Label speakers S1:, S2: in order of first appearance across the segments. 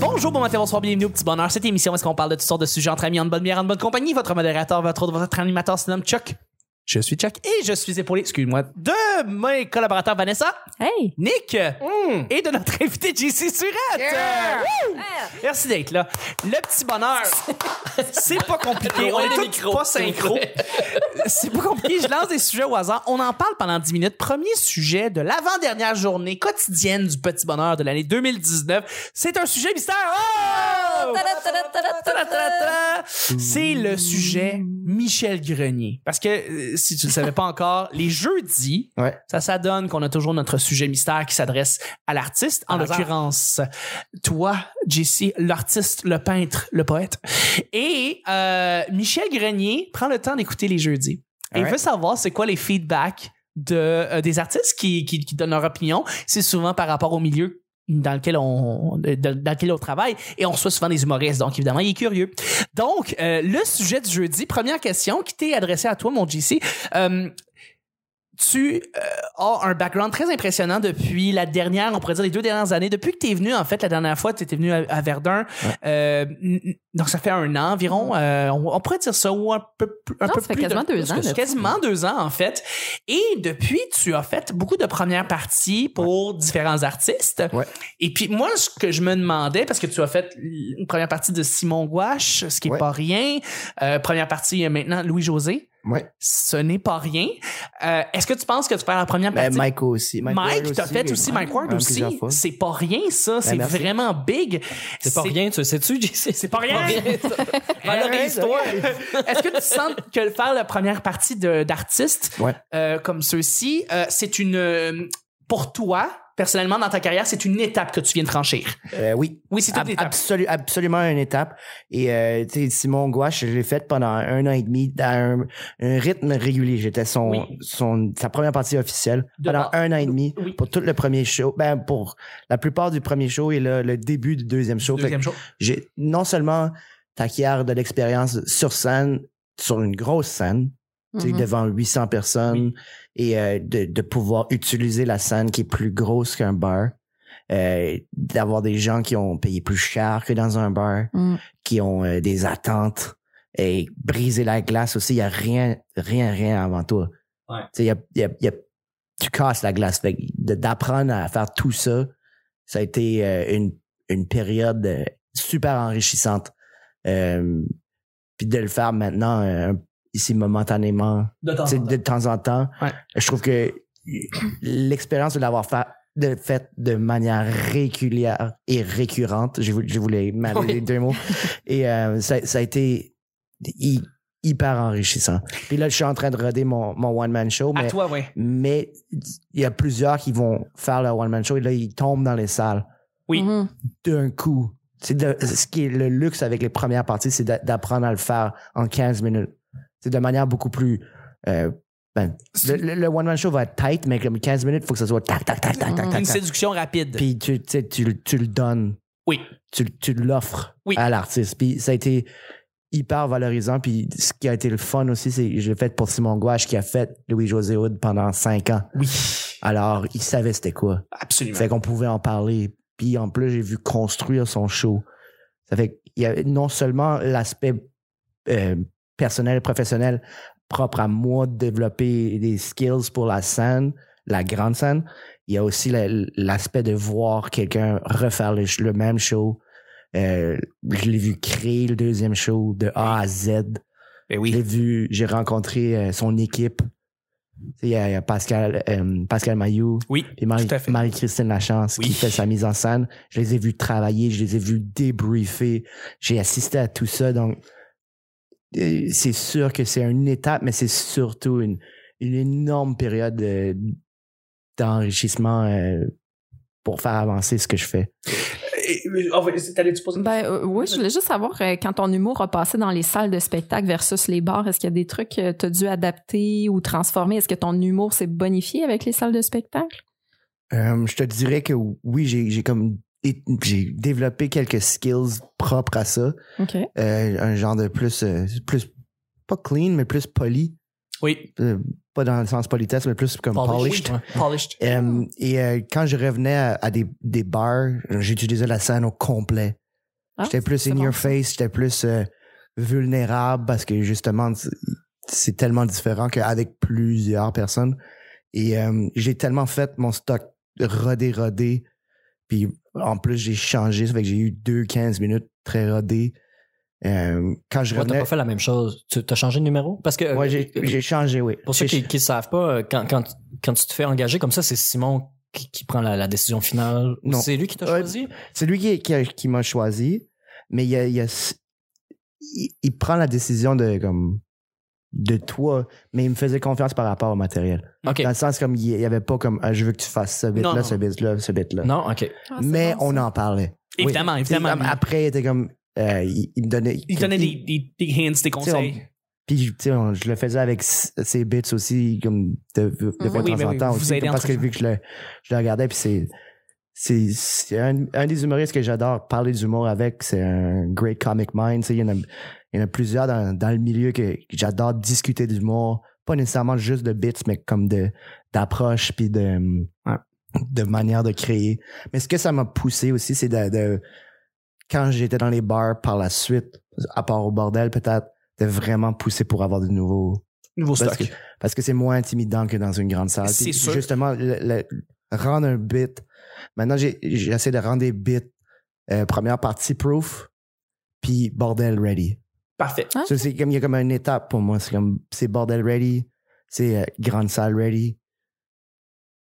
S1: Bonjour, bon matin, bonsoir, bienvenue au Petit Bonheur. Cette émission, où est-ce qu'on parle de toutes sortes de sujets entre amis, en bonne bière, en bonne compagnie? Votre modérateur, votre autre, votre animateur se nomme Chuck. Je suis Chuck et je suis épaulé, excuse-moi, de mes collaborateurs Vanessa,
S2: Hey!
S1: Nick
S3: Hmm.
S1: et de notre invité JC Surette. Wouh! Merci d'être là. Le Petit Bonheur, c'est pas compliqué. On
S3: Loin des
S1: est tous
S3: micros.
S1: pas synchro. C'est pas compliqué. Je lance des sujets au hasard. On en parle pendant 10 minutes. Premier sujet de l'avant-dernière journée quotidienne du Petit Bonheur de l'année 2019. C'est un sujet mystère. Oh! Ta-da-ta-da-ta-da. C'est le sujet Michel Grenier. Parce que, euh, si tu ne le savais pas encore, les jeudis,
S4: Ouais.
S1: ça s'adonne qu'on a toujours notre sujet mystère qui s'adresse à l'artiste. En l'occurrence, toi, JC, l'artiste, le peintre, le poète. Et euh, Michel Grenier prend le temps d'écouter les jeudis. Et
S4: Ouais.
S1: veut savoir c'est quoi les feedbacks de, euh, des artistes qui, qui, qui donnent leur opinion. C'est souvent par rapport au milieu dans lequel on euh, dans, dans lequel on travaille et on reçoit souvent des humoristes donc évidemment il est curieux donc euh, le sujet du jeudi première question qui t'est adressée à toi mon JC Euh, tu euh, as un background très impressionnant depuis la dernière, on pourrait dire les deux dernières années. Depuis que tu es venu, en fait, la dernière fois, tu étais venu à, à Verdun. Euh, n- n- donc, ça fait un an environ. Euh, on, on pourrait dire ça, ou un peu, plus- un
S2: Non,
S1: peu
S2: ça fait
S1: plus de-
S2: quasiment deux
S1: plus que
S2: ans,
S1: ça.
S2: là.
S1: Quasiment deux ans, en fait. Et depuis, tu as fait beaucoup de premières parties pour différents artistes.
S4: Ouais.
S1: Et puis, moi, ce que je me demandais, parce que tu as fait une première partie de Simon Gouache, ce qui est
S4: Ouais.
S1: pas rien. Euh, première partie, euh, maintenant, Louis-José
S4: Ouais.
S1: ce n'est pas rien. Euh, Est-ce que tu penses que tu fais la première
S4: Ben,
S1: partie?
S4: Mike aussi.
S1: Mike,
S4: Ward
S1: t'as fait
S4: mais-
S1: aussi Mike Ward
S4: Ouais,
S1: aussi.
S4: plusieurs fois.
S1: C'est pas rien, ça. C'est
S4: merci.
S1: vraiment big.
S3: C'est pas rien, tu le sais-tu, JC?
S1: C'est pas rien.
S3: Valorise-toi.
S1: Est-ce que tu sens que le faire la première partie de- d'artistes
S4: Ouais.
S1: euh, comme ceux-ci, euh, c'est une. euh, pour toi, personnellement, dans ta carrière, c'est une étape que tu viens de franchir?
S4: Euh, oui.
S1: Oui, c'est une
S4: Ab-
S1: étape.
S4: absolu- absolument une étape. Et euh, tu sais, Simon Gouache, je l'ai fait pendant un an et demi dans un, un rythme régulier. J'étais son,
S1: Oui.
S4: son sa première partie officielle
S1: De base.
S4: pendant un an et demi
S1: Oui.
S4: pour tout le premier show. Ben pour la plupart du premier show et le, le début du deuxième show. Fait que
S1: Deuxième chose.
S4: j'ai non seulement t'acquiers de l'expérience sur scène, sur une grosse scène, tu sais,
S2: Mhm.
S4: devant 800 personnes, et euh, de, de pouvoir utiliser la scène qui est plus grosse qu'un bar, euh, d'avoir des gens qui ont payé plus cher que dans un bar,
S2: Mm.
S4: qui ont euh, des attentes, et briser la glace aussi, il n'y a rien, rien, rien avant toi.
S3: Ouais.
S4: Tu sais, il y a- il y a- il y a- tu casses la glace. Fait que de- D'apprendre à faire tout ça, ça a été euh, une, une période euh, super enrichissante. Euh, Puis de le faire maintenant, euh, ici momentanément,
S1: De temps en
S4: tu sais,
S1: temps.
S4: de temps en temps.
S1: Ouais.
S4: Je trouve que l'expérience de l'avoir fait de fait de manière régulière et récurrente, je voulais, je voulais mêler
S3: Oui.
S4: les deux mots, et euh, ça, ça a été hy- hyper enrichissant. Puis là, je suis en train de roder mon, mon one-man show,
S1: À
S4: mais,
S1: toi, oui.
S4: mais il y a plusieurs qui vont faire leur one-man show et là, ils tombent dans les salles
S1: Oui.
S2: Mhm.
S4: d'un coup. C'est de- ce qui est le luxe avec les premières parties, c'est d'a- d'apprendre à le faire en 15 minutes. C'est de manière beaucoup plus. euh, ben, le, le- le one-man show va être tight, mais comme 15 minutes, il faut que ça soit tac, tac, tac, tac, tac,
S1: Une
S4: tac. tac.
S1: séduction rapide.
S4: Puis tu, tu sais, tu, le- tu le donnes.
S1: Oui.
S4: Tu, tu l'offres
S1: Oui.
S4: à l'artiste. Puis ça a été hyper valorisant. Puis ce qui a été le fun aussi, c'est que je l'ai fait pour Simon Gouache qui a fait Louis-José Hood pendant 5 ans.
S1: oui.
S4: Alors, il savait c'était quoi.
S1: Absolument.
S4: Fait qu'on pouvait en parler. Puis en plus, j'ai vu construire son show. Ça fait qu'il y avait non seulement l'aspect euh, personnel, professionnel, propre à moi, de développer des skills pour la scène, la grande scène, il y a aussi la- l'aspect de voir quelqu'un refaire le, le même show. Euh, je l'ai vu créer le deuxième show de A à Z.
S3: Ben
S4: J'ai vu, j'ai rencontré euh, son équipe. Tu sais, Il y, a il y a Pascal, euh, Pascal Mailloux,
S1: Oui.
S4: puis Marie-
S1: Tout à fait.
S4: Marie-Christine Lachance
S1: Oui.
S4: qui fait sa mise en scène. Je les ai vus travailler, je les ai vus débriefer. J'ai assisté à tout ça. Donc, euh, c'est sûr que c'est une étape, mais c'est surtout une, une énorme période euh, d'enrichissement euh, pour faire avancer ce que je fais.
S1: Et- et- en fait, T'allais-tu poser une
S2: Ben euh, oui, je voulais juste savoir euh, quand ton humour a passé dans les salles de spectacle versus les bars, est-ce qu'il y a des trucs que tu as dû adapter ou transformer? Est-ce que ton humour s'est bonifié avec les salles de spectacle?
S4: Euh, je te dirais que oui, j'ai j'ai comme j'ai développé quelques skills propres à ça.
S2: OK.
S4: Euh, un genre de plus, euh, plus pas clean, mais plus poli.
S1: Oui.
S4: Euh, pas dans le sens politesse, mais plus comme polished.
S1: Polished.
S4: Euh, et euh, quand je revenais à, à des, des bars, j'utilisais la scène au complet.
S2: Ah,
S4: j'étais plus
S2: c'est
S4: in
S2: bon,
S4: your
S2: ça.
S4: face, j'étais plus euh, vulnérable parce que justement, c'est- c'est tellement différent qu'avec plusieurs personnes. Et euh, j'ai tellement fait mon stock rodé, rodé. Puis en plus, j'ai changé. Ça fait que j'ai eu deux 15 minutes très rodées. Euh, quand je
S3: Toi, t'as
S4: revenais...
S3: pas fait la même chose. Tu as changé de numéro? Parce que. euh,
S4: Ouais, j'ai j'ai changé, oui.
S3: Pour ceux
S4: J'ai-
S3: qui ne savent pas, euh, quand, quand, quand tu te fais engager comme ça, c'est Simon qui, qui prend la, la décision finale.
S4: Non.
S3: C'est lui qui t'a
S4: Ouais.
S3: choisi?
S4: C'est lui qui, qui, qui m'a choisi, mais il, y a- il, y a- il- il prend la décision de comme de toi, mais il me faisait confiance par rapport au matériel.
S3: OK.
S4: Dans le sens comme il n'y avait pas comme ah, je veux que tu fasses ce bit
S1: Non,
S4: là,
S1: non.
S4: ce bit là, ce bit là.
S3: Non, OK.
S2: Ah, c'est
S4: mais
S2: bon,
S4: on
S2: ça.
S4: en parlait. Oui.
S1: Évidemment, évidemment.
S4: Et, comme, Après, il était comme euh, il, il me donnait
S1: Il donnait des, des, des hints, des
S4: tu sais, on-
S1: conseils.
S4: Puis tu sais, on- je le faisais avec s- ses bits aussi comme de, de
S2: Mhm.
S4: fois de
S1: Oui, mais
S4: temps en
S1: oui,
S4: temps
S1: vous
S4: aussi,
S1: aidez
S4: comme parce
S1: entre
S4: que vu que je le, je le regardais puis c'est c'est c'est un, un des humoristes que j'adore parler d'humour avec c'est un great comic mind tu sais, il y en a il y en a plusieurs dans, dans le milieu que que j'adore discuter d'humour pas nécessairement juste de bits mais comme de d'approche puis de de manière de créer mais ce que ça m'a poussé aussi c'est de, de- quand j'étais dans les bars par la suite à part au bordel peut-être de vraiment pousser pour avoir de nouveaux
S1: Nouveau
S4: parce
S1: stock.
S4: que- parce que c'est moins intimidant que dans une grande salle.
S1: C'est
S4: Puis
S1: sûr.
S4: Justement, le- le- rendre un bit. Maintenant, j'ai- j'essaie de rendre des bits euh, première partie proof, puis bordel ready.
S1: Parfait.
S2: Ah,
S4: Ça, c'est comme il y a comme une étape pour moi. C'est comme c'est bordel ready, c'est euh, grande salle ready.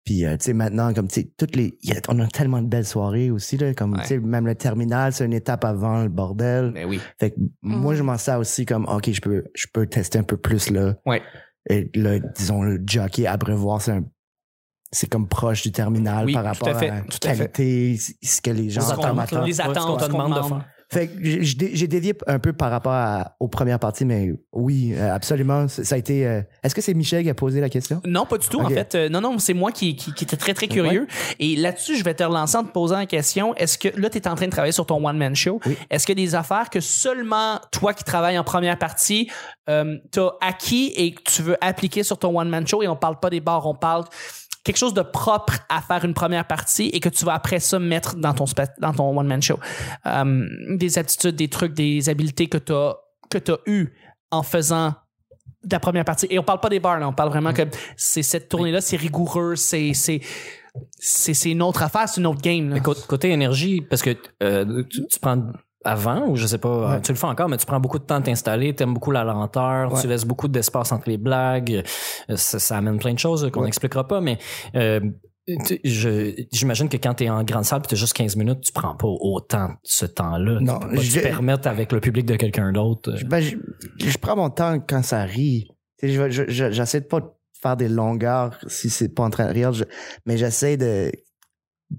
S4: Puis euh, tu sais maintenant comme tu sais toutes les il y a- on a tellement de belles soirées aussi là comme
S1: Ouais.
S4: tu sais même le terminal c'est une étape avant le bordel.
S1: Mais Ben oui.
S4: Fait que
S1: Mm-hmm.
S4: moi, je m'en sers aussi comme, OK, je peux, je peux tester un peu plus là.
S1: Ouais.
S4: Et là, disons, le jockey abreuvoir, c'est un- c'est comme proche du terminal
S1: Oui,
S4: par
S1: tout
S4: rapport
S1: à fait,
S4: la
S1: tout à fait.
S4: qualité, c- ce que les gens
S1: Les
S4: attendent.
S1: attentes, les
S4: attendent.
S3: Ouais, ce qu'on
S1: attentes,
S3: te
S1: ce qu'on
S3: demande de
S1: demande.
S3: faire.
S4: Fait que j'ai- j'ai dé- j'ai dévié un peu par rapport à- aux premières parties, mais oui, euh, absolument. c- Ça a été. euh, Est-ce que c'est Michel qui a posé la question?
S1: Non, pas du tout. En
S4: Ok.
S1: fait, Euh, non, non, c'est moi qui, qui, qui était très, très curieux. Et là-dessus, je vais te relancer en te posant la question. Est-ce que là, tu es en train de travailler sur ton one-man show?
S4: Oui.
S1: Est-ce que des affaires que seulement toi qui travailles en première partie, euh, t'as acquis et que tu veux appliquer sur ton one-man show? Et on parle pas des bars, on parle quelque chose de propre à faire une première partie et que tu vas après ça mettre dans ton, spa- dans ton one-man show. Euh, des aptitudes, des trucs, des habiletés que tu as, que t'as eues en faisant de la première partie. Et on parle pas des bars, là. On parle vraiment que c'est cette tournée-là, c'est rigoureux, c'est, c'est, c'est, c'est une autre affaire, c'est une autre game, là.
S3: Mais cô- côté énergie, parce que euh, tu, tu prends avant ou je sais pas,
S4: Ouais.
S3: tu le fais encore, mais tu prends beaucoup de temps à t'installer, t'aimes beaucoup la lenteur,
S4: Ouais.
S3: tu laisses beaucoup d'espace entre les blagues, euh, ça, ça amène plein de choses euh, qu'on
S4: Ouais.
S3: n'expliquera pas, mais euh, tu- je- j'imagine que quand t'es en grande salle, puis t'as juste 15 minutes, tu prends pas autant ce temps-là.
S4: Non,
S3: tu peux pas
S4: je-
S3: te permettre avec le public de quelqu'un d'autre. euh.
S4: Ben, je, je prends mon temps quand ça rit. Tu sais, je vais- je- je- J'essaie de pas faire des longueurs si c'est pas en train de rire, je- mais j'essaie de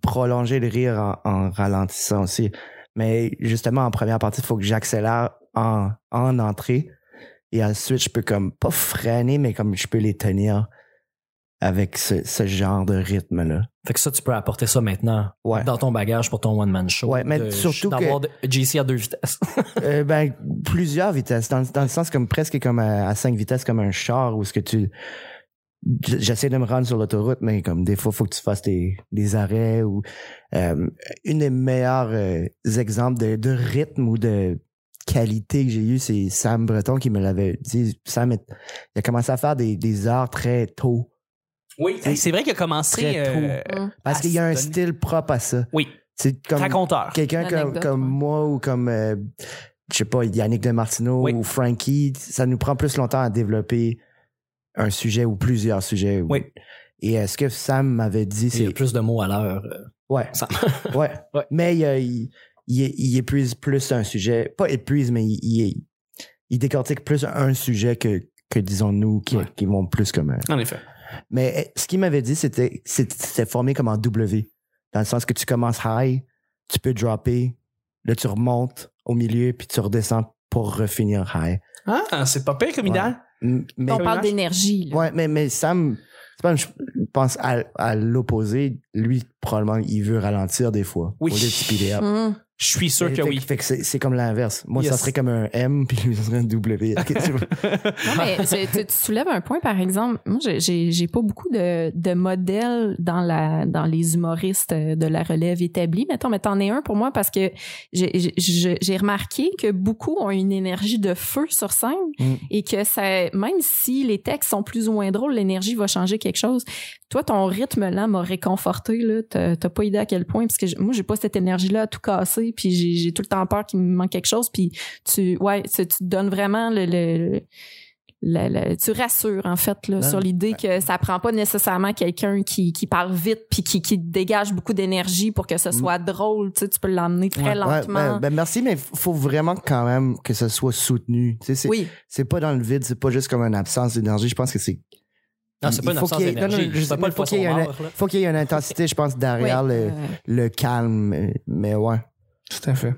S4: prolonger le rire en, en ralentissant aussi. Mais justement, en première partie, il faut que j'accélère en, en entrée. Et ensuite, je peux comme pas freiner, mais comme je peux les tenir avec ce, ce genre de rythme-là.
S3: Fait que ça, tu peux apporter ça maintenant
S4: Ouais.
S3: dans ton bagage pour ton one-man show. Euh,
S4: Ouais, mais surtout
S3: D'avoir de- JC à deux vitesses.
S4: Euh, ben, plusieurs vitesses. Dans, dans le sens comme presque comme à, à cinq vitesses, comme un char où ce que tu. J'essaie de me rendre sur l'autoroute, mais comme des fois, faut que tu fasses des, des arrêts ou euh, une des meilleurs euh, exemples de, de rythme ou de qualité que j'ai eu, c'est Sam Breton qui me l'avait dit. Sam, est- il a commencé à faire des, des arts très tôt.
S1: Oui. Hey, c'est vrai qu'il a commencé,
S4: Très
S1: euh,
S2: Hum.
S4: Parce
S1: Ah,
S4: qu'il y a
S1: c'est
S4: un
S1: donné.
S4: style propre à ça.
S1: oui,
S4: C'est comme
S1: raconteur.
S4: quelqu'un comme,
S2: L'anecdote,
S4: comme
S2: ouais.
S4: moi ou comme euh, je sais pas Yannick Demartino
S1: Oui.
S4: ou Frankie ça nous prend plus longtemps à développer un sujet ou plusieurs sujets ou-
S1: Oui.
S4: et euh, ce que Sam m'avait dit
S3: Il y a
S4: c'est
S3: plus de mots à l'heure.
S4: ouais,
S3: Sam.
S4: ouais
S3: Ouais.
S4: mais euh, il, il- il épuise plus un sujet pas épuise mais il, il, il décortique plus un sujet que que disons nous qui,
S3: Ouais.
S4: qui vont plus comme euh,
S1: En effet.
S4: mais euh, ce qu'il m'avait dit, c'était c'est- c'était formé comme en W. Dans le sens que tu commences high, tu peux dropper, là tu remontes au milieu, puis tu redescends pour refinir high.
S1: Ah, c'est pas pire comme
S4: Ouais.
S1: idéal.
S4: M- Mais,
S2: On
S1: Comme
S2: parle
S1: image.
S2: d'énergie. là.
S4: ouais, mais, mais Sam, c'est pas- je pense à, à l'opposé. Lui, probablement, il veut ralentir des fois.
S1: Oui.
S4: Au lieu de speeder up.
S2: Hum.
S1: Je suis sûr que
S4: Fait-
S1: oui.
S4: fait que c'est c'est comme l'inverse. Moi, ça
S1: Yes.
S4: serait comme un M, puis lui, ça serait un W. Ok, tu vois.
S2: Non, mais c'est- tu, tu soulèves un point, par exemple. Moi, j'ai- j'ai j'ai pas beaucoup de, de modèles dans la dans les humoristes euh, de la relève établie. Mettons, mais t'en es un pour moi parce que j'ai- j'ai- j'ai j'ai remarqué que beaucoup ont une énergie de feu sur scène
S4: Mm.
S2: et que ça, même si les textes sont plus ou moins drôles, l'énergie va changer quelque chose. Toi, ton rythme là m'a réconforté. Là, t'as t'as pas idée à quel point parce que j'- moi, j'ai pas cette énergie là à tout casser. Puis j'ai- j'ai tout le temps peur qu'il me manque quelque chose. Puis tu, ouais, tu, tu te donnes vraiment le, le- le- le- tu rassures en fait là,
S4: Non,
S2: sur l'idée que ça prend pas nécessairement quelqu'un qui, qui parle vite puis qui, qui dégage beaucoup d'énergie pour que ce soit drôle. Tu, sais, tu peux l'emmener très
S3: Ouais,
S4: Mm. Ouais,
S2: lentement.
S4: ben, ben, merci, mais faut vraiment quand même que ça soit soutenu. Tu sais, c'est
S2: oui,
S4: c'est pas dans le vide, c'est pas juste comme une absence d'énergie. Je pense que c'est.
S3: Non, c'est
S4: il
S3: pas une
S4: faut
S3: absence
S4: qu'il y ait- non,
S3: d'énergie.
S4: non, je
S3: C'est
S4: sais,
S3: pas
S4: mais
S3: le
S4: faut qu'il y ait
S3: poisson
S4: un-
S3: mort, là.
S4: Faut qu'il y ait une intensité, je pense, derrière
S2: Ouais,
S4: le,
S2: euh,
S4: le calme. euh, Mais ouais.
S1: Tout à fait.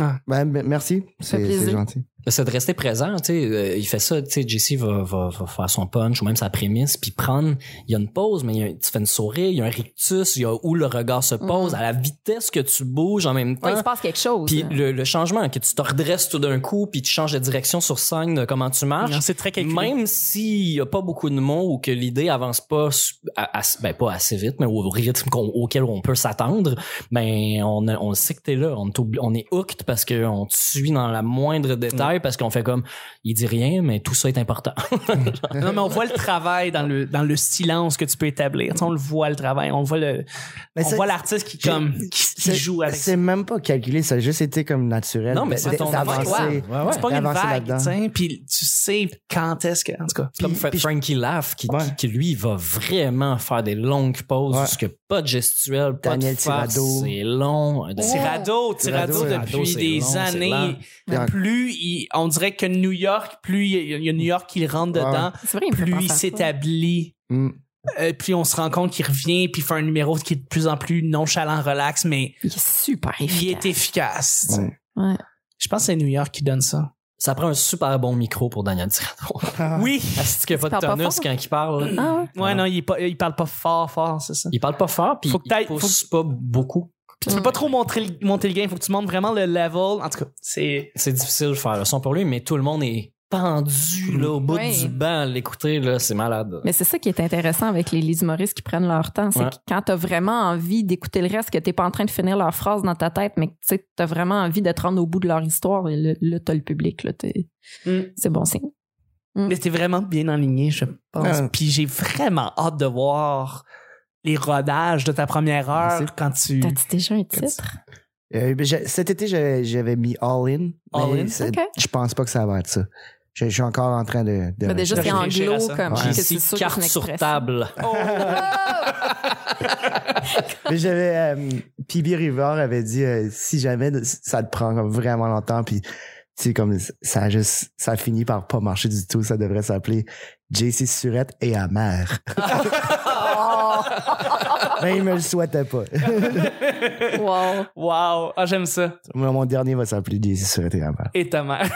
S1: Ah.
S4: Ben, ben, merci. C'est
S2: plaisir.
S4: c'est gentil.
S3: Mais C'est de rester présent, tu sais, euh, il fait ça, tu sais, JC va, va, va faire son punch ou même sa prémisse, puis prendre, il y a une pause, mais il y a un- tu fais une souris, il y a un rictus, il y a où le regard se pose, à la vitesse que tu bouges en même
S2: Mhm. ouais, il
S3: temps.
S2: se hein. passe quelque chose.
S3: Puis le, le changement, que tu te redresses tout d'un coup, puis tu changes de direction sur scène, de comment tu marches.
S1: Non, C'est très calculé.
S3: Même s'il y a pas beaucoup de mots ou que l'idée avance pas, su- à- à- ben pas assez vite, mais au rythme qu'on- auquel on peut s'attendre, ben on, a- on sait que t'es là, on, t'oublie- on est hooked parce qu'on te suit dans la moindre détail, parce qu'on fait comme, il dit rien, mais tout ça est important.
S1: Non, mais on voit le travail dans le, dans le silence que tu peux établir. Tu sais, on le voit, le travail. On voit le,
S4: Mais
S1: on
S4: c'est-
S1: voit l'artiste qui,
S4: c'est-
S1: comme, qui- qui
S4: c'est-
S1: joue avec ça.
S4: C'est même pas calculé, ça a juste été comme naturel.
S3: Non, mais
S4: d-
S3: c'est
S4: d-
S3: ton
S4: d'avancer.
S3: affaire,
S2: Ah
S3: toi. Ouais,
S1: C'est pas une
S4: d'avancer
S1: vague,
S4: là-dedans.
S1: tu sais, puis tu sais quand est-ce que, en tout cas.
S3: Comme Fra- Frankie Laff, qui,
S4: Ouais.
S3: qui, qui, lui va vraiment faire des longues pauses,
S4: Ouais.
S3: parce que pas de gestuelle, pas
S4: Daniel
S3: de face,
S4: Tirado.
S3: c'est long.
S2: Oh!
S1: Tirado, Tirado,
S4: Tirado,
S1: depuis
S3: c'est
S1: des
S3: long, c'est lent.
S1: années,
S4: Puis en-
S1: plus il- on dirait que New York, plus il y a- il y a New York qui le rentre
S4: Ouais,
S1: dedans,
S2: c'est vrai, il peut
S1: plus
S2: pas
S1: il
S2: faire ça.
S1: s'établit.
S4: Mm.
S1: Euh, puis on se rend compte qu'il revient, puis il fait un numéro qui est de plus en plus nonchalant, relax, mais
S2: Il est super efficace.
S1: il est efficace. tu sais.
S4: Ouais.
S2: Ouais.
S1: Je pense que c'est New York qui donne ça.
S3: Ça prend un super bon micro pour Daniel Tirado.
S1: Oui.
S3: Est-ce qu'il n'y a pas de
S2: Tu parles pas
S3: tonus
S2: fort.
S3: quand il parle? là?
S2: Ah ouais.
S1: Ouais, non, il, est pas- il parle pas fort, fort, c'est ça.
S3: Il parle pas fort, puis
S1: Faut que
S3: il
S1: t'ailles-
S3: pousse pas beaucoup.
S1: Puis tu peux pas trop montrer le- monter le gain, faut que tu montes vraiment le level. En tout cas, c'est.
S3: C'est difficile de faire le son pour lui, mais tout le monde est pendu là, au bout
S2: Mm. Ouais.
S3: du banc. à L'écouter, là, c'est malade.
S2: Mais c'est ça qui est intéressant avec les, les humoristes qui prennent leur temps. C'est
S3: Ouais.
S2: que quand t'as vraiment envie d'écouter le reste, que t'es pas en train de finir leur phrase dans ta tête, mais que tu sais, t'as vraiment envie de te rendre au bout de leur histoire, et là, là, t'as le public. Là, t'es-
S1: Mm.
S2: C'est bon signe.
S1: Mais c'était vraiment bien enligné, je pense.
S4: Ouais.
S1: Puis j'ai vraiment hâte de voir les rodages de ta première heure
S4: Merci.
S1: quand tu.
S2: T'as-tu déjà un titre?
S4: Euh, ben, j'ai- cet été, j'avais j'avais mis All In.
S1: All
S4: mais
S1: In,
S4: c'est-
S2: ok.
S4: Je pense pas que ça va être ça. Je, je suis encore en train de. de
S2: Ben, déjà,
S1: Je
S2: c'est
S1: vais réfléchir
S2: anglo
S1: à ça.
S2: comme
S4: Ouais.
S2: que
S3: Ici,
S2: c'est sûr que
S3: carte
S2: c'est une
S3: sur
S2: expression.
S3: table.
S4: Mais j'avais. euh, P.B. Rivard avait dit euh, si jamais ça te prend comme vraiment longtemps, puis c'est comme ça a juste ça finit par pas marcher du tout, ça devrait s'appeler JC Surette et Amère. Mais il me le souhaitait pas.
S2: Wow.
S1: Wow! Ah, j'aime ça.
S4: Moi, Mon dernier va s'appeler JC Surette et Amère.
S1: Et ta mère.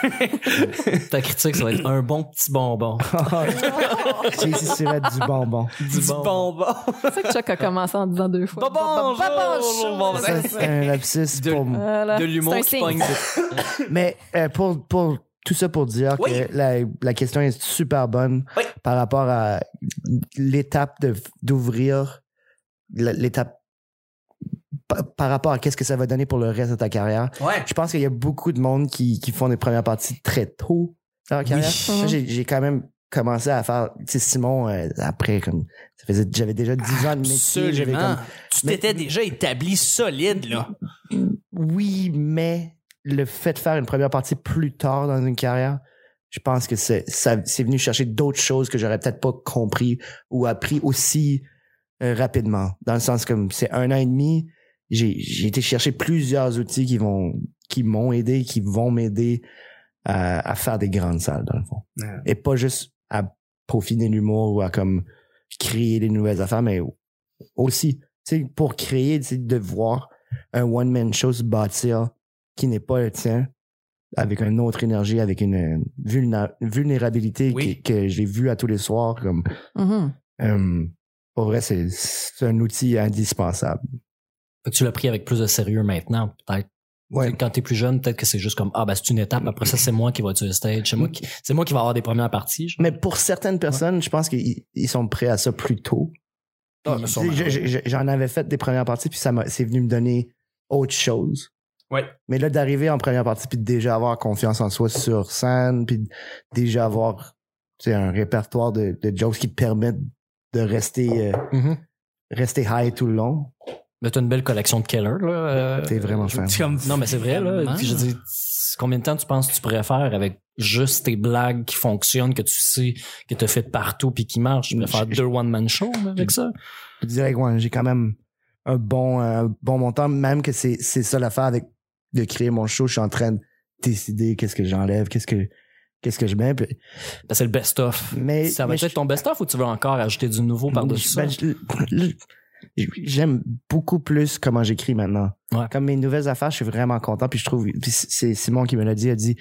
S3: Ta critique, ça va être un bon petit bonbon.
S4: JC Surette du bonbon.
S1: du bonbon.
S2: C'est ça que Chuck a commencé en disant deux fois.
S1: Bonbon!
S2: Bonbon.
S1: bonbon.
S4: Ça, c'est un lapsus
S3: De-
S4: pour moi.
S2: Voilà.
S3: De
S2: Bah, C'est
S3: l'humour
S2: un
S3: qui
S2: signe.
S3: pogne.
S4: Mais euh, pour, pour tout ça pour dire
S1: Oui.
S4: que la, la question est super bonne
S1: Oui.
S4: par rapport à l'étape de- d'ouvrir, la- l'étape pa- par rapport à qu'est-ce que ça va donner pour le reste de ta carrière.
S1: Ouais.
S4: Je pense qu'il y a beaucoup de monde qui, qui font des premières parties très tôt dans leur carrière. Moi, j'ai- J'ai quand même commencé à faire, tu sais, Simon, euh, après, comme, ça faisait, j'avais déjà 10 ans de métier. j'avais
S1: Absolument. Tu
S4: Mais-
S1: t'étais déjà établi solide, là.
S4: Oui, mais le fait de faire une première partie plus tard dans une carrière, je pense que c'est, ça, c'est venu chercher d'autres choses que j'aurais peut-être pas compris ou appris aussi euh, rapidement. Dans le sens comme c'est un an et demi, j'ai, j'ai été chercher plusieurs outils qui vont, qui m'ont aidé, qui vont m'aider à, à faire des grandes salles dans le fond.
S1: Ouais.
S4: Et pas juste à peaufiner l'humour ou à comme créer des nouvelles affaires, mais aussi, tu sais, pour créer, tu sais, de voir un one-man show se bâtir qui n'est pas le tien, avec une autre énergie, avec une euh, vulna- vulnérabilité
S1: Oui.
S4: que, que j'ai vue à tous les soirs. Comme,
S2: Mhm.
S4: euh, pour vrai, c'est- c'est un outil indispensable.
S3: Fait que tu l'as pris avec plus de sérieux maintenant, peut-être.
S4: Ouais.
S3: Quand t'es plus jeune, peut-être que c'est juste comme ah ben c'est une étape. Après ça, c'est moi qui va tuer le stage. C'est moi qui, c'est moi qui va avoir des premières parties. genre.
S4: Mais pour certaines personnes, je pense qu'ils ils sont prêts à ça plus tôt.
S3: Ah,
S4: Puis,
S3: mais
S4: tu
S3: sûrement.
S4: sais, je- je- J'en avais fait des premières parties, puis ça m'a- c'est venu me donner autre chose.
S1: Ouais.
S4: Mais là, d'arriver en première partie, puis de déjà avoir confiance en soi sur scène, puis de déjà avoir tu sais, un répertoire de, de jokes qui te permettent de rester, euh,
S3: Mhm.
S4: rester high tout le long,
S3: Mais t'as une belle collection de Keller là. euh,
S4: t'es vraiment fan.
S1: C'est comme-
S3: Non, mais c'est vrai, là.
S1: Vraiment.
S3: Puis je dis, combien de temps tu penses que tu pourrais faire avec juste tes blagues qui fonctionnent, que tu sais, que tu fait partout puis qui marchent? Tu pourrais faire
S4: Je-
S3: deux one-man shows là, avec ça?
S4: Je dirais que ouais, j'ai quand même un bon, un bon montant, même que c'est c'est ça l'affaire avec de créer mon show. Je suis en train de décider qu'est-ce que j'enlève, qu'est-ce que qu'est-ce que je mets. puis-
S3: Ben, c'est le best-of.
S4: Mais
S3: Ça va
S4: mais
S3: être
S4: je-
S3: ton best-of ou tu veux encore ajouter du nouveau par-dessus ça?
S4: Ben, je- je- J'aime beaucoup plus comment j'écris maintenant.
S3: Ouais.
S4: Comme mes nouvelles affaires, je suis vraiment content. Puis je trouve, puis c'est Simon qui me l'a dit, il a dit,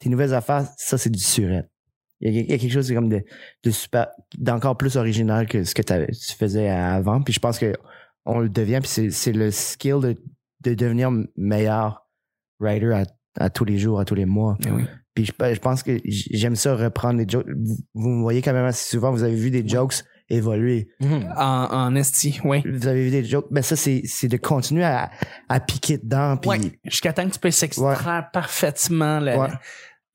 S4: tes nouvelles affaires, ça c'est du surel. Il y, a, il y a quelque chose de comme de, de super, d'encore plus original que ce que t'avais- tu faisais avant. Puis je pense que on le devient. Puis c'est- c'est le skill de, de devenir meilleur writer à, à tous les jours, à tous les mois.
S3: Eh
S4: Puis je, ben, je pense que j'aime ça reprendre les jokes. Vous, vous me voyez quand même assez souvent, vous avez vu des jokes évoluer
S3: Mhm.
S1: En, en esti, oui.
S4: vous avez vu des jokes, mais ça, c'est, c'est de continuer à, à piquer dedans. Puis,
S1: Ouais, Ben, jusqu'à temps que tu peux s'extraire parfaitement le,
S4: Ouais.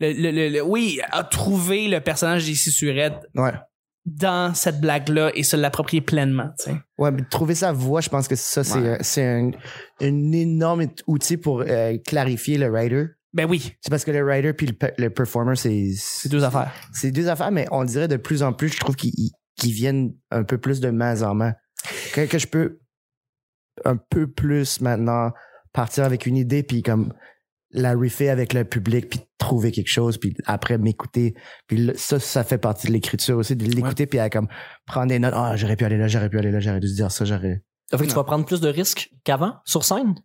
S1: le, le- le- le- oui, à trouver le personnage d'Issy Surette
S4: ouais.
S1: dans cette blague-là et se l'approprier pleinement, tu sais.
S4: Ouais, mais trouver sa voix, je pense que ça, c'est, euh, c'est un, un énorme outil pour euh, clarifier le writer.
S1: Ben oui,
S4: C'est parce que le writer puis le, pe- le performer, c'est,
S1: c'est deux affaires.
S4: c'est deux affaires, mais on dirait de plus en plus, je trouve qu'ils ils- qu'ils viennent un peu plus de main en main. Que, que je peux un peu plus maintenant partir avec une idée, puis comme la refaire avec le public, puis trouver quelque chose, puis après m'écouter. Puis le- ça, ça fait partie de l'écriture aussi, de l'écouter, puis à comme prendre des notes. Ah, j'aurais pu aller là, j'aurais pu aller là, j'aurais dû dire ça, j'aurais.
S3: Ça fait que tu vas prendre plus de risques qu'avant sur scène?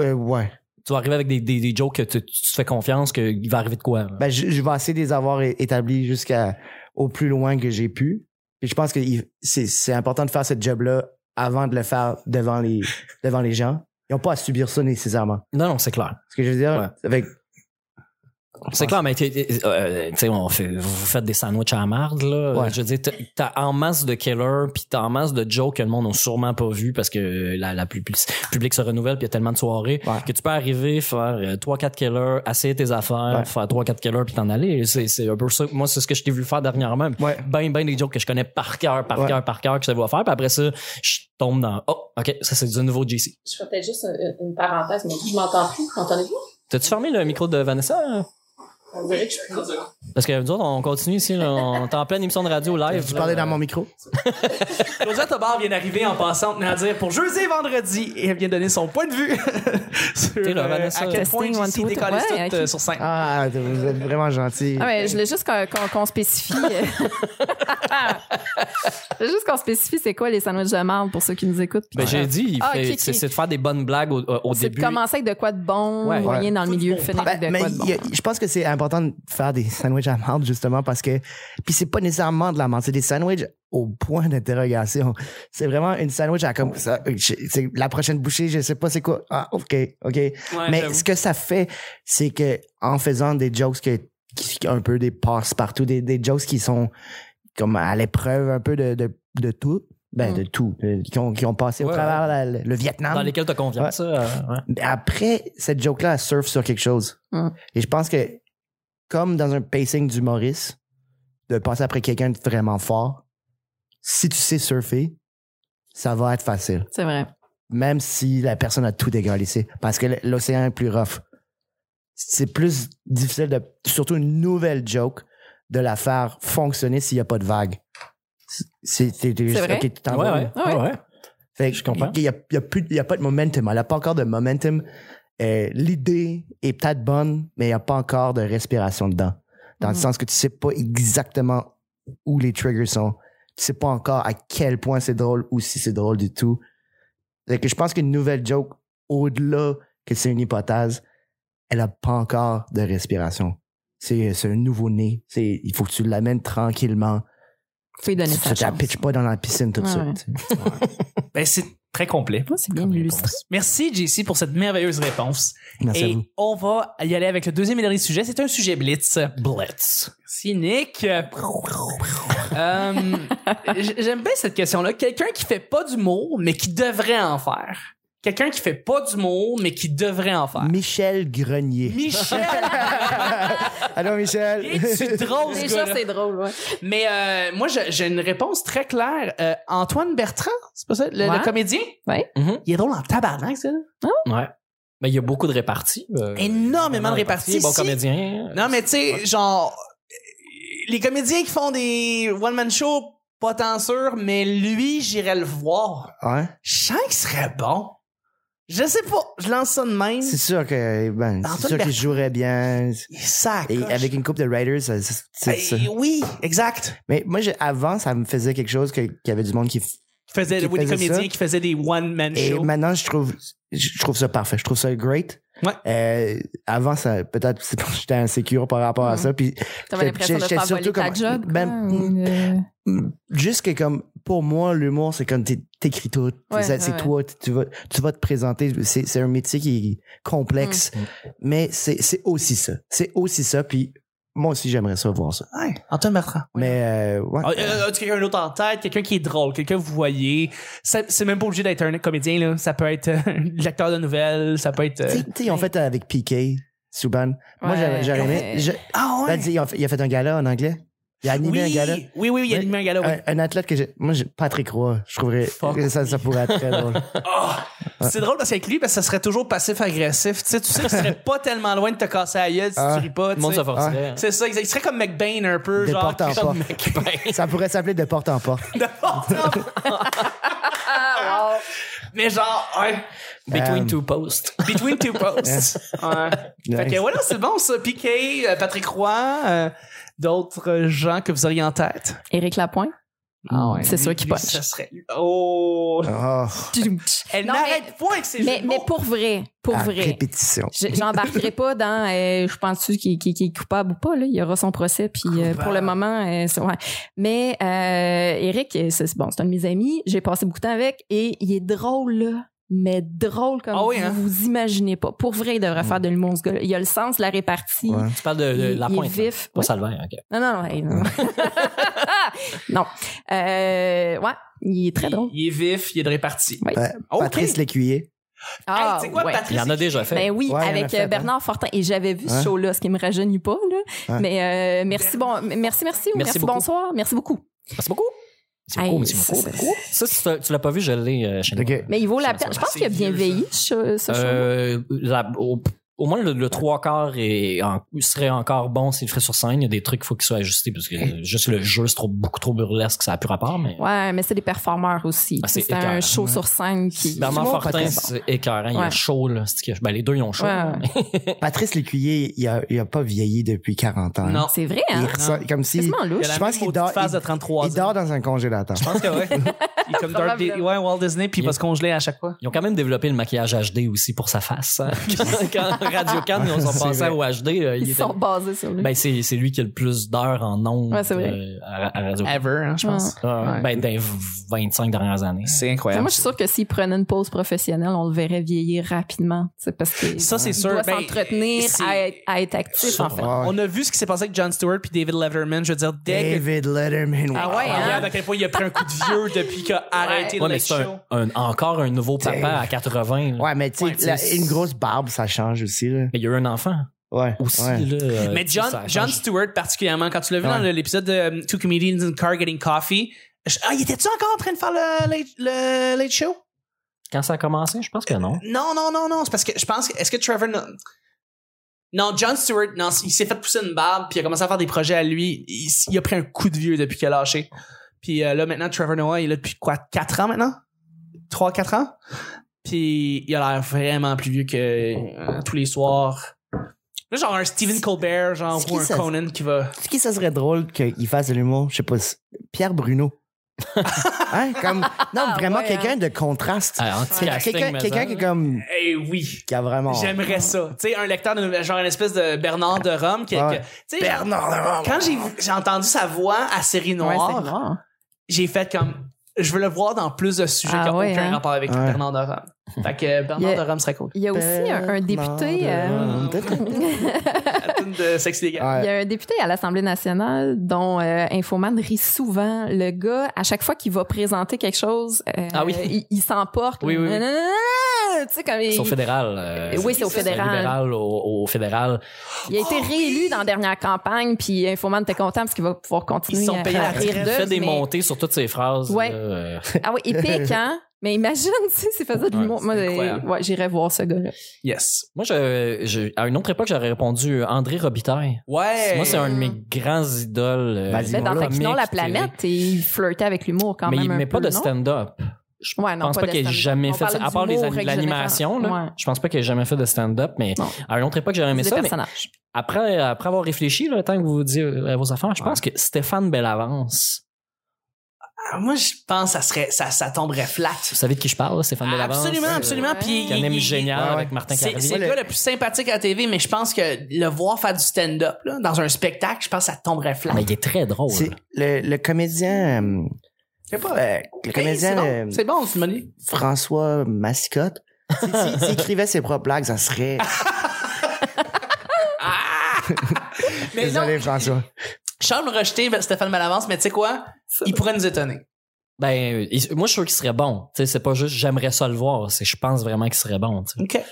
S4: Euh, ouais.
S3: Tu vas arriver avec des, des, des jokes que tu, tu te fais confiance qu'il va arriver de quoi? là?
S4: Ben, je, je vais essayer de les avoir é- établis jusqu'à au plus loin que j'ai pu. Puis je pense que il- c'est c'est important de faire ce job-là avant de le faire devant les, devant les gens. Ils n'ont pas à subir ça nécessairement.
S3: non, non, c'est clair.
S4: Ce que je veux dire,
S3: Ouais.
S4: avec,
S3: C'est clair, mais t'es- t'es- euh, tu sais, on fait, vous faites des sandwichs à la marde, là.
S4: Ouais.
S3: Je veux dire, t'as- t'as en masse de killers, puis t'as en masse de jokes que le monde n'a sûrement pas vu parce que la, la pub- le public se renouvelle, puis il y a tellement de soirées
S4: Ouais.
S3: que tu peux arriver, faire euh, trois, quatre killers, essayer tes affaires,
S4: Ouais.
S3: faire trois, quatre killers, puis t'en aller. C'est c'est un peu ça. Moi, c'est ce que je t'ai vu faire dernièrement.
S4: Ouais.
S3: Ben, ben des jokes que je connais par cœur, par
S4: Ouais.
S3: cœur, par cœur, que je savais faire. Puis après ça, je tombe dans, oh, OK, ça c'est du nouveau JC.
S5: Je fais peut-être juste une, une parenthèse, mais je
S2: Ah,
S5: m'entends plus. M'entendez-vous?
S3: T'as-tu fermé le micro de Vanessa?
S5: On dirait que je suis plus.
S3: Parce que nous autres, on continue ici, là. on est en pleine émission de radio live.
S4: tu
S3: là.
S4: parlais dans mon micro.
S1: Claudia Tobar vient d'arriver en passant, tenant à dire pour jeudi et vendredi, et elle vient donner son point de vue sur
S3: T'es là,
S1: euh,
S3: Vanessa.
S1: à quel point
S2: Testing, one,
S1: JC
S2: two,
S1: décolle
S2: two. Ouais,
S1: tout,
S2: ok.
S1: euh, sur scène.
S4: Ah, t- vous êtes vraiment gentil.
S2: Ah ouais, je voulais juste qu'on qu'on- qu'on spécifie. euh, Je voulais juste qu'on spécifie c'est quoi les sandwichs de marde pour ceux qui nous écoutent. puis
S3: Ben,
S2: qui-
S3: j'ai dit, il
S2: Ah,
S3: fait-
S2: ok, ok.
S3: c'est c'est de faire des bonnes blagues au, au
S2: c'est de
S3: début.
S2: commencer avec de quoi de bon,
S3: Ouais.
S2: moyen dans le milieu, finir
S4: Ben,
S2: avec de
S4: mais
S2: quoi de bon.
S4: il y a- je pense que c'est important de faire des sandwichs à menthe, justement, parce que. Puis c'est pas nécessairement de la menthe, c'est des sandwichs au point d'interrogation. C'est vraiment une sandwich à comme ça. euh, je- c'est la prochaine bouchée, je sais pas c'est quoi. Ah, OK, OK.
S1: Ouais,
S4: mais
S1: j'avoue.
S4: ce que ça fait, c'est que en faisant des jokes que, qui- un peu des passes partout, des, des jokes qui sont comme à l'épreuve un peu de, de, de tout, ben
S2: Mm.
S4: de tout, de- qui, ont, qui ont passé au
S3: Ouais,
S4: travers la- le Vietnam.
S3: Dans lesquels t'as confiance. ça, euh, ouais.
S4: Mais après, cette joke-là, elle surfe sur quelque chose.
S2: Mm.
S4: Et je pense que, comme dans un pacing du Maurice, de passer après quelqu'un de vraiment fort, si tu sais surfer, ça va être facile.
S2: C'est vrai.
S4: Même si la personne a tout dégalissé. Parce que l'océan est plus rough. C'est plus difficile de, surtout une nouvelle joke, de la faire fonctionner s'il n'y a pas de vague. C'est t'es- t'es juste,
S2: vrai?
S4: ok, tu t'en
S3: Ah Ouais,
S4: vas où?
S3: ouais,
S1: Ah
S3: ouais, ouais.
S4: Fait que
S3: Je comprends.
S4: Il n'y a, il y a plus- il y a pas de momentum. Elle n'a pas encore de momentum. Euh, L'idée est peut-être bonne, mais il n'y a pas encore de respiration dedans. Dans le
S2: Mhm.
S4: sens que tu sais pas exactement où les triggers sont. Tu sais pas encore à quel point c'est drôle ou si c'est drôle du tout. Fait que je pense qu'une nouvelle joke, au-delà que c'est une hypothèse, elle n'a pas encore de respiration. C'est c'est un nouveau-né. C'est- Il faut que tu l'amènes tranquillement.
S2: Faut lui donner
S4: Tu
S2: sa
S4: ne la
S2: chance.
S4: pitches pas dans la piscine tout de
S2: Ouais,
S4: suite.
S2: ouais.
S4: tu sais.
S1: Ben, c'est Très complet.
S2: Ouais, c'est bien
S3: Comme
S2: illustré.
S3: réponse.
S1: Merci, JC, pour cette merveilleuse réponse.
S4: Merci à
S1: et
S4: vous.
S1: on va y aller avec le deuxième et dernier sujet. C'est un sujet blitz.
S3: Blitz.
S1: Merci, Nick. Euh, j- J'aime bien cette question-là. Quelqu'un qui fait pas d'humour, mais qui devrait en faire. Quelqu'un qui fait pas d'humour, mais qui devrait en faire.
S4: Michel Grenier.
S1: Michel,
S4: Allô, Michel.
S1: es-tu drôle, ce
S2: Déjà,
S1: gars-là?
S2: c'est drôle, ouais.
S1: Mais euh, moi, j'ai j'ai une réponse très claire. Euh, Antoine Bertrand, c'est pas ça, le, le
S2: Ouais.
S1: comédien?
S2: Ouais.
S4: Mm-hmm.
S3: Mhm.
S1: Il est drôle en tabarnak, ça. là.
S3: Ouais. Mais il y a beaucoup de réparties. euh,
S1: Énormément de réparties.
S3: Bon
S1: Si-
S3: comédien.
S1: Non, mais tu sais, genre, euh, les comédiens qui font des one-man shows, pas tant sûr, mais lui, j'irais le voir.
S4: Ouais.
S1: Je sens qu'il serait bon. Je sais pas, je lance ça de même.
S4: C'est sûr que ben,
S1: Antoine
S4: c'est sûr
S1: Bertrand.
S4: qu'il jouerait bien.
S1: Il sac.
S4: Et avec une coupe de Raiders, ça- c'est c'est ça.
S1: Oui, exact.
S4: Mais moi, j'ai- avant, ça me faisait quelque chose que- qu'il y avait du monde qui. f-
S1: Faisait,
S4: Qui
S1: oui, des
S4: faisait
S1: comédiens
S4: ça.
S1: qui faisaient des one-man
S4: Et
S1: shows.
S4: maintenant, je trouve, je trouve ça parfait. Je trouve ça great.
S1: Ouais.
S4: Euh, avant, ça, peut-être, c'est parce que j'étais insécure par rapport à
S1: Mm-hmm.
S2: Mhm.
S4: ça. Puis
S2: T'avais
S4: J'étais-
S2: l'impression de
S4: j'étais
S2: faire voler
S4: surtout
S2: ta
S4: comme-
S2: job. quoi,
S4: ben,
S2: ou, euh,
S4: Mm. juste que comme pour moi l'humour c'est comme t'é- t'écris tout
S2: Ouais,
S4: Ça,
S2: ouais,
S4: c'est
S2: ouais.
S4: toi t- tu vas tu vas te présenter c'est c'est un métier qui est complexe
S3: Mm.
S4: mais c'est c'est aussi ça c'est aussi ça puis moi aussi j'aimerais ça voir ça
S1: Ouais, Antoine Bertrand.
S4: mais euh, ouais.
S1: Ah, euh, As-tu quelqu'un d'autre en tête? Quelqu'un qui est drôle, quelqu'un que vous voyez. Ça- C'est même pas obligé d'être un comédien, là. Ça peut être euh, l'acteur de nouvelles, ça peut être. euh,
S4: tu sais tu sais, ils ont fait avec PK Subban moi
S2: ouais,
S4: j'aurais j'aurais aimé
S2: ouais.
S4: je-
S1: Ah
S4: Ben, dis, il, a fait, il a fait un gala en anglais il a animé un
S1: oui,
S4: gala
S1: oui, oui, oui, il a
S4: Mais-
S1: animé un gala. oui.
S4: un, un athlète que j'ai moi j'ai Patrick Roy je trouverais
S1: Fuck.
S4: ça ça pourrait être très drôle
S1: Ah! C'est drôle parce qu'avec lui, parce que ça serait toujours passif-agressif. Tu sais, tu sais qu'il serait pas tellement loin de te casser la gueule si
S4: Ah,
S1: tu ris pas.
S3: Tout
S1: tu
S3: le monde
S1: sais.
S3: se forcerait.
S1: C'est ça, exact. Il serait comme McBain un peu,
S4: De
S1: genre.
S4: porte en
S1: qui-
S4: porte.
S3: Ben,
S4: ça pourrait s'appeler de porte en porte
S1: de porte en porte.
S2: Ah,
S1: Mais genre, ouais.
S3: Between
S4: Euh,
S3: two posts.
S1: Between two posts. Ouais. Fait que voilà, c'est bon ça. Piqué, euh, Patrick Roy, euh, d'autres gens que vous auriez en tête.
S2: Éric Lapointe. C'est
S3: Ah
S1: Lui-
S2: sûr qu'il
S1: lui,
S2: punch.
S1: Ça serait. Oh!
S4: Oh,
S1: Elle
S2: Non,
S1: n'arrête point que c'est
S2: Mais, mais pour vrai, pour
S4: à
S2: vrai.
S4: répétition
S2: Je- J'embarquerai pas dans euh, je pense tu qui, qui, qui est coupable ou pas là, il y aura son procès puis euh,
S1: Coupable.
S2: pour le moment euh, c'est- ouais. Mais euh, Eric euh, c'est bon, c'est un de mes amis, j'ai passé beaucoup de temps avec et il est drôle là. Mais drôle comme
S1: Ah oui,
S2: vous,
S1: hein? Mm.
S2: vous imaginez pas. Pour vrai, il devrait faire de l'humour, ce gars-là. Il a le sens, de la répartie.
S4: Ouais.
S3: Tu parles de, de
S2: Il,
S3: Euh, la
S2: il est
S3: pointe. là.
S2: vif.
S3: Pas
S2: Ouais.
S3: Salvaire, ok.
S2: Non, non, hey, non. non. Euh, ouais, il est très drôle.
S1: Il est vif, il est de réparti.
S2: Ouais.
S4: Ouais.
S1: Ah, Ok.
S4: Patrice Lécuyer.
S1: Hey,
S2: Ah,
S1: tu sais quoi,
S2: ouais.
S1: Patrice?
S3: Il y en a déjà fait.
S2: Ben oui,
S4: Ouais, il y en a
S2: avec
S4: fait, hein.
S2: euh, Bernard Fortin. Et j'avais vu
S4: Ouais.
S2: ce show-là, ce qui me rajeunit pas. Là.
S4: Ouais.
S2: Mais euh, merci, bon, merci, merci. ou
S3: Merci
S2: Merci,
S3: beaucoup.
S2: bonsoir. Merci beaucoup.
S3: Merci beaucoup. C'est
S2: Hey,
S3: beaucoup, merci beaucoup.
S2: c'est-
S3: beaucoup. Ça, si tu- tu l'as pas vu, je l'ai euh, chez
S4: Ok.
S3: moi.
S2: Mais il vaut la
S3: Ça,
S2: peine.
S3: ça,
S2: Je pense
S1: c'est
S2: qu'il a bien
S1: vieux,
S2: veillé, ce, ce show-là.
S3: Euh, la- au, au moins, le, le trois quarts est en- serait encore bon s'il le ferait sur scène. Il y a des trucs qu'il faut qu'il soit ajusté parce que euh, juste le jeu, c'est trop, beaucoup trop burlesque, ça n'a plus rapport. Mais
S2: Ouais, mais c'est des performeurs aussi.
S3: Ah, c'est
S2: c'est un
S3: écœurant.
S2: show sur scène qui.
S3: Bernard
S4: Simon
S3: Fortin,
S4: Patrice.
S3: c'est écœurant. Il
S2: Ouais.
S3: est chaud, là. c'est que- Ben, les deux, ils ont chaud.
S2: Ouais.
S1: Eh.
S4: Patrice Lécuyer, il a, il a pas vieilli depuis 40 ans.
S1: Non.
S2: C'est vrai,
S4: Il
S2: hein?
S4: ressemble- comme si
S2: C'est
S4: il
S2: quasiment louche.
S1: Il a la
S4: Je pense
S1: même
S4: qu'il
S1: maudite
S4: dort-
S1: phase de
S4: il-
S1: 33 ans.
S4: dort dans un congélateur.
S1: Je pense que ouais. Il est comme Dark Di-
S2: Probablement.
S1: ouais, Walt Disney, puis il va se congeler à chaque fois.
S3: Ils ont quand même développé le maquillage HD aussi pour sa face. hein. quand, quand Radio Can, ils ont
S4: C'est
S3: passé
S4: vrai.
S3: au HD. euh, il
S2: Ils
S3: était-
S2: sont basés sur lui.
S3: ben, c'est c'est lui qui a le plus d'heures en ondes
S2: Ouais, c'est vrai.
S3: euh, à, à Radio Can.
S1: Ever, hein, je pense. Ouais.
S3: Ben, dans les 25 dernières années.
S1: C'est
S2: Mais
S1: incroyable.
S2: moi, je suis sûre que s'il prenait une pause professionnelle, on le verrait vieillir rapidement. tu sais, Parce que
S1: Ça, c'est
S2: il
S1: sûr.
S2: doit
S1: Ben,
S2: s'entretenir,
S1: c'est-
S2: à, être- à être actif, en fait.
S4: Ah,
S1: On a vu ce qui s'est passé avec John Stewart puis David Letterman. Je veux dire, dès que.
S4: David Letterman.
S2: Ah
S4: wow.
S2: ouais, hein?
S1: Regarde à quel point il a pris un coup de vieux depuis qu'il a arrêté
S3: Ouais,
S1: le
S3: mais
S1: late
S3: c'est
S1: show.
S3: un, un- encore un nouveau papa à 80. là.
S4: Ouais, mais tu sais,
S1: Ouais, tu sais,
S4: la-
S1: c'est-
S4: une grosse barbe, ça change aussi. Là.
S3: Mais il y a eu un enfant
S4: Ouais.
S3: aussi.
S4: ouais.
S3: Là, euh,
S1: Mais
S3: tu sais,
S1: John,
S3: ça
S1: John
S3: change.
S1: Stewart, particulièrement, quand tu l'as vu
S4: Ouais.
S1: dans le- l'épisode de euh, Two Comedians in a Car Getting Coffee, je- ah, il était-tu encore en train de faire le late, le late show?
S3: Quand ça a commencé, je pense que non.
S1: Non, non, non, non. C'est parce que je pense que. Est-ce que Trevor. No- Non, John Stewart, non, il s'est fait pousser une barbe, puis il a commencé à faire des projets à lui. Il, s- il a pris un coup de vieux depuis qu'il a lâché. Puis euh, là, maintenant, Trevor Noah, il est là depuis quoi, 4 ans maintenant? 3-4 ans? Puis il a l'air vraiment plus vieux que euh, tous les soirs. Là, genre un Stephen Colbert, genre,
S4: C'est qui
S1: ou un
S4: ça?
S1: Conan qui va.
S4: Tu sais qui ça serait drôle qu'il fasse de l'humour? Je sais pas. si- Pierre Bruno. hein? Comme, non, vraiment
S2: Ah ouais, hein.
S4: quelqu'un de contraste.
S3: Ah, anti-casting,
S4: quelqu'un
S3: mais
S4: quelqu'un
S3: ça,
S4: qui est
S3: là.
S4: comme.
S1: Eh oui!
S4: qui a vraiment.
S1: J'aimerais ça. Tu sais, un lecteur de nouvelles, genre une espèce de Bernard de Rome qui.
S4: Ouais.
S1: que- tu sais,
S4: Bernard Laurent.
S1: Quand j'ai j'ai entendu sa voix à Série
S2: Ouais,
S1: Noire,
S2: c'est noir.
S1: j'ai fait comme je veux le voir dans plus de sujets
S2: Ah
S1: qui n'ont
S2: ouais,
S1: aucun
S2: hein?
S1: rapport avec
S4: Ouais.
S1: Bernard de Rome. Fait que Bernard
S2: Il y
S1: de
S2: a-
S1: Rome serait cool.
S2: Il y a aussi un, un député. euh,
S1: La tune de Sexe Légal.
S2: Il y a un député à l'Assemblée nationale dont euh, Infoman rit souvent. Le gars, à chaque fois qu'il va présenter quelque chose, euh,
S3: Ah oui.
S2: il, il s'emporte.
S3: Oui, oui, oui.
S2: Nanana, Tu sais, comme il,
S3: C'est au fédéral. euh,
S2: Oui, c'est au fédéral.
S3: libéral au, au fédéral.
S2: il a été
S3: Oh,
S2: réélu dans la dernière campagne, puis Infoman était content parce qu'il va pouvoir continuer
S1: Ils sont
S2: à,
S1: payés
S2: à
S1: à
S2: rire
S1: rire.
S2: d'eux,
S3: Il fait des
S2: mais-
S3: montées sur toutes ces phrases.
S2: Ouais.
S3: là, euh,
S2: Ah oui, épique, hein? Mais imagine, tu sais, s'il faisait de
S3: Ouais,
S2: l'humour.
S3: c'est
S2: Moi, euh,
S3: incroyable.
S2: ouais, j'irais voir ce gars-là.
S1: Yes.
S3: Moi, je, je- à une autre époque, j'aurais répondu euh, André Robitaille.
S1: Ouais.
S3: Moi, c'est un de mes grands idoles. euh,
S4: Vas-y,
S2: Mais dans
S4: Dis-moi-le,
S2: Taquinons la
S3: mec,
S2: planète, et il flirtait avec l'humour quand
S3: mais
S2: même.
S3: il
S2: un
S3: met pas
S2: peu,
S3: de
S2: non?
S3: stand-up. Je
S2: Ouais, non,
S3: pense
S2: pas
S3: pas,
S2: de
S3: qu'il ait
S2: stand-up.
S3: jamais
S2: On
S3: fait ça.
S2: parle
S3: À part les
S2: d'humour,
S3: an-
S2: règle
S3: l'animation, là,
S2: générale. Ouais.
S3: je pense pas qu'il ait jamais fait de stand-up, mais
S2: Non.
S3: à une autre époque, j'aurais aimé
S2: C'est des
S3: ça. mais
S2: personnages.
S3: après, après avoir réfléchi, là, le temps que vous dites euh, vos affaires, je pense que Stéphane Bellavance,
S1: Ah, Moi, je pense que ça, serait, ça, ça tomberait flat.
S3: vous savez de qui je parle, là, Stéphane Bellavance?
S1: Absolument, absolument.
S2: Ouais.
S1: Puis,
S3: Qui anime
S1: il-
S3: euh, génial
S4: Ouais, ouais.
S3: avec Martin
S1: C'est,
S3: Carly.
S1: c'est le gars le plus sympathique à la TV, mais je pense que le voir faire du stand-up là, dans un spectacle, je pense que ça tomberait flat.
S3: Mais il est très
S1: Oh,
S3: drôle.
S4: C'est le, le comédien, euh,
S1: Je sais pas.
S4: euh, le
S1: Hey, c'est,
S4: comédien
S1: bon,
S4: euh,
S1: c'est bon, tu me dis.
S4: François Mascotte, s'il- s'il s'il écrivait ses propres blagues, ça serait.
S1: Ah, Mais non,
S4: Désolé, François.
S1: Charles rejeté Stéphane Malavance, mais tu sais quoi? Il pourrait nous étonner.
S3: Ben, il- moi, je suis sûr qu'il serait bon. Tu sais, c'est pas juste j'aimerais ça le voir, c'est je pense vraiment qu'il serait bon. tu sais.
S1: OK.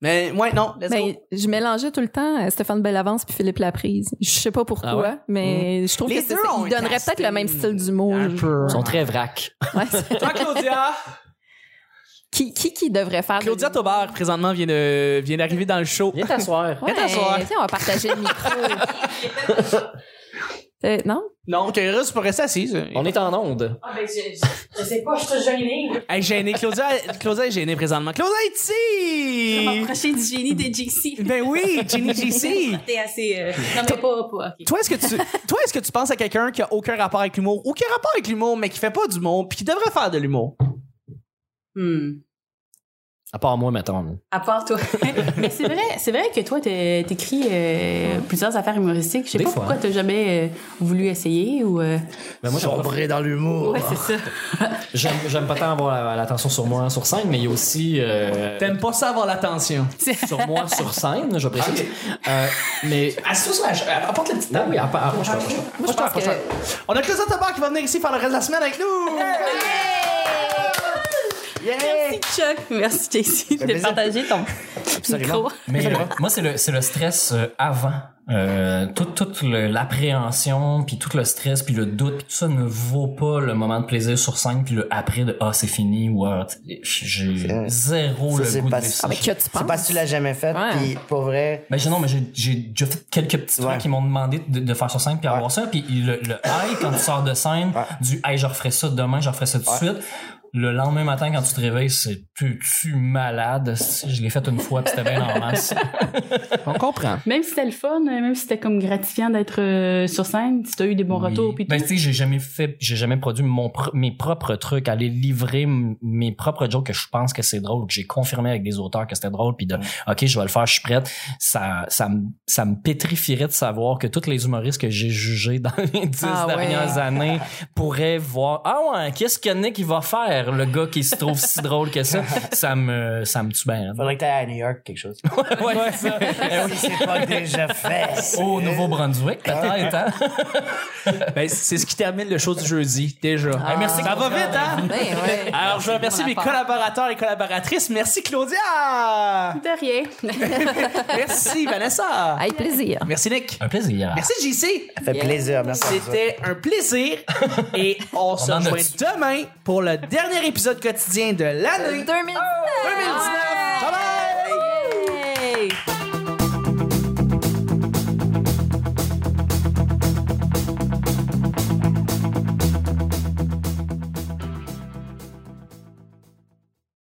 S1: Mais ouais, non, let's
S2: Ben,
S1: go.
S2: je mélangeais tout le temps euh, Stéphane Bellavance puis Philippe Laprise. Je sais pas pourquoi,
S3: Ah ouais?
S2: mais je trouve
S1: Les
S2: que c'est
S1: deux
S2: ça.
S1: ont
S2: Ils
S1: un
S2: donneraient peut-être
S1: casting
S2: le même style d'humour.
S1: un peu.
S3: Ils sont très vrac.
S2: Ouais, c'est-
S1: Toi, Claudia!
S2: qui, qui, qui devrait faire de
S1: Ah, Claudia
S2: l'humour?
S1: Taubert, présentement, vient, de, vient d'arriver dans le show.
S3: Viens t'asseoir.
S2: Ouais,
S1: Viens t'asseoir.
S2: tu sais, on va partager le micro. Euh, non?
S1: Non, t'es heureuse pour rester assise.
S3: On est en onde.
S5: Ah, ben, je, je, je sais pas, je suis gênée.
S1: Elle est gênée. Claudia, Claudia est gênée présentement. Claudia est ici!
S5: rapprocher du génie de JC.
S1: Ben oui, Jenny JC!
S5: T'es assez. euh, Non, mais pas. pas ok.
S1: Toi, est-ce que tu, toi, est-ce que tu penses à quelqu'un qui a aucun rapport avec l'humour ou qui a rapport avec l'humour, mais qui fait pas d'humour puis qui devrait faire de l'humour?
S5: Hmm.
S3: À part moi, mettons.
S5: À part toi. mais c'est vrai, c'est vrai que toi, t'es- t'écris euh, plusieurs affaires humoristiques. Je sais
S3: Des
S5: pas
S3: fois.
S5: pourquoi t'as jamais euh, voulu essayer ou. euh,
S3: Ben, moi, j'aime pas-
S4: Sombrer dans l'humour.
S5: Ouais, c'est ça.
S3: j'aime j'aime pas tant avoir la- l'attention sur moi sur scène, mais il y a aussi euh,
S1: T'aimes pas ça avoir l'attention.
S3: sur moi sur scène, je précise. Euh, mais
S1: Assis-toi euh, apporte le petit
S3: non, oui, à part- à- moi, je pense-
S1: Moi, je pense que... On a Claudia Tabar qui va venir ici faire le reste de la semaine avec nous!
S5: Merci, Chuck. Merci, JC, de
S4: plaisir.
S5: partager ton
S4: Absolument.
S5: micro.
S3: Mais euh, moi, c'est le, c'est le stress euh, avant. Euh, toute toute le- l'appréhension, puis tout le stress, puis le doute, puis tout ça ne vaut pas le moment de plaisir sur scène, puis le après de « Ah, c'est fini » ou ah, t- J'ai
S4: C'est-
S3: zéro
S4: ça,
S3: le
S4: c'est
S3: goût
S4: pas-
S3: de vivre ça.
S2: Ah, mais que tu
S4: C'est
S2: penses?
S4: parce que tu l'as jamais fait,
S2: Ouais.
S4: puis pour vrai.
S3: Ben j'ai- non, mais j'ai- j'ai déjà fait quelques petits trucs
S4: Ouais.
S3: qui m'ont demandé de, de faire sur scène puis avoir ça. Puis le, le high quand tu sors de scène,
S4: Ouais.
S3: du hey, je referai ça demain, je referai ça tout de suite. Le lendemain matin, quand tu te réveilles, c'est tu, tu malade. Si, Je l'ai fait une fois, puis c'était bien en masse.
S1: On comprend.
S6: Même si c'était le fun, euh, même si c'était comme gratifiant d'être euh, sur scène, si t'as eu des bons
S3: Oui.
S6: retours, puis
S3: Ben,
S6: tout.
S3: tu sais, j'ai jamais fait, j'ai jamais produit mon pr- mes propres trucs, aller livrer m- mes propres jokes que je pense que c'est drôle, que j'ai confirmé avec des auteurs que c'était drôle, puis de, ok, je vais le faire, je suis prête. Ça, ça me, ça me pétrifierait de savoir que tous les humoristes que j'ai jugés dans les dix
S2: Ah ouais.
S3: dernières années pourraient voir, ah ouais, qu'est-ce que Nick il va faire, le gars qui se trouve si drôle que ça, ça me, ça me tue bien. hein.
S4: Faudrait que t'ailles à New York, quelque chose.
S3: Ouais, c'est ça.
S4: si c'est pas déjà fait.
S3: Au Nouveau-Brunswick, peut-être, hein?
S1: Ben, c'est ce qui termine le show du jeudi, déjà.
S2: Hey, merci,
S1: Ah. Ça va
S3: Claudia.
S1: vite, hein?
S2: Ben, ouais.
S1: Alors, je remercie mes collaborateurs et collaboratrices. Merci, Claudia!
S5: De rien.
S1: Merci, Vanessa!
S2: Avec plaisir.
S1: Merci, Nick!
S3: Un plaisir.
S1: Merci, JC!
S4: Ça fait plaisir, merci.
S1: C'était un plaisir et on, se
S3: en a
S1: rejoint
S3: dit.
S1: demain pour le dernier épisode quotidien de l'année
S2: 2019!
S1: 2019. Bye bye!
S2: Hey!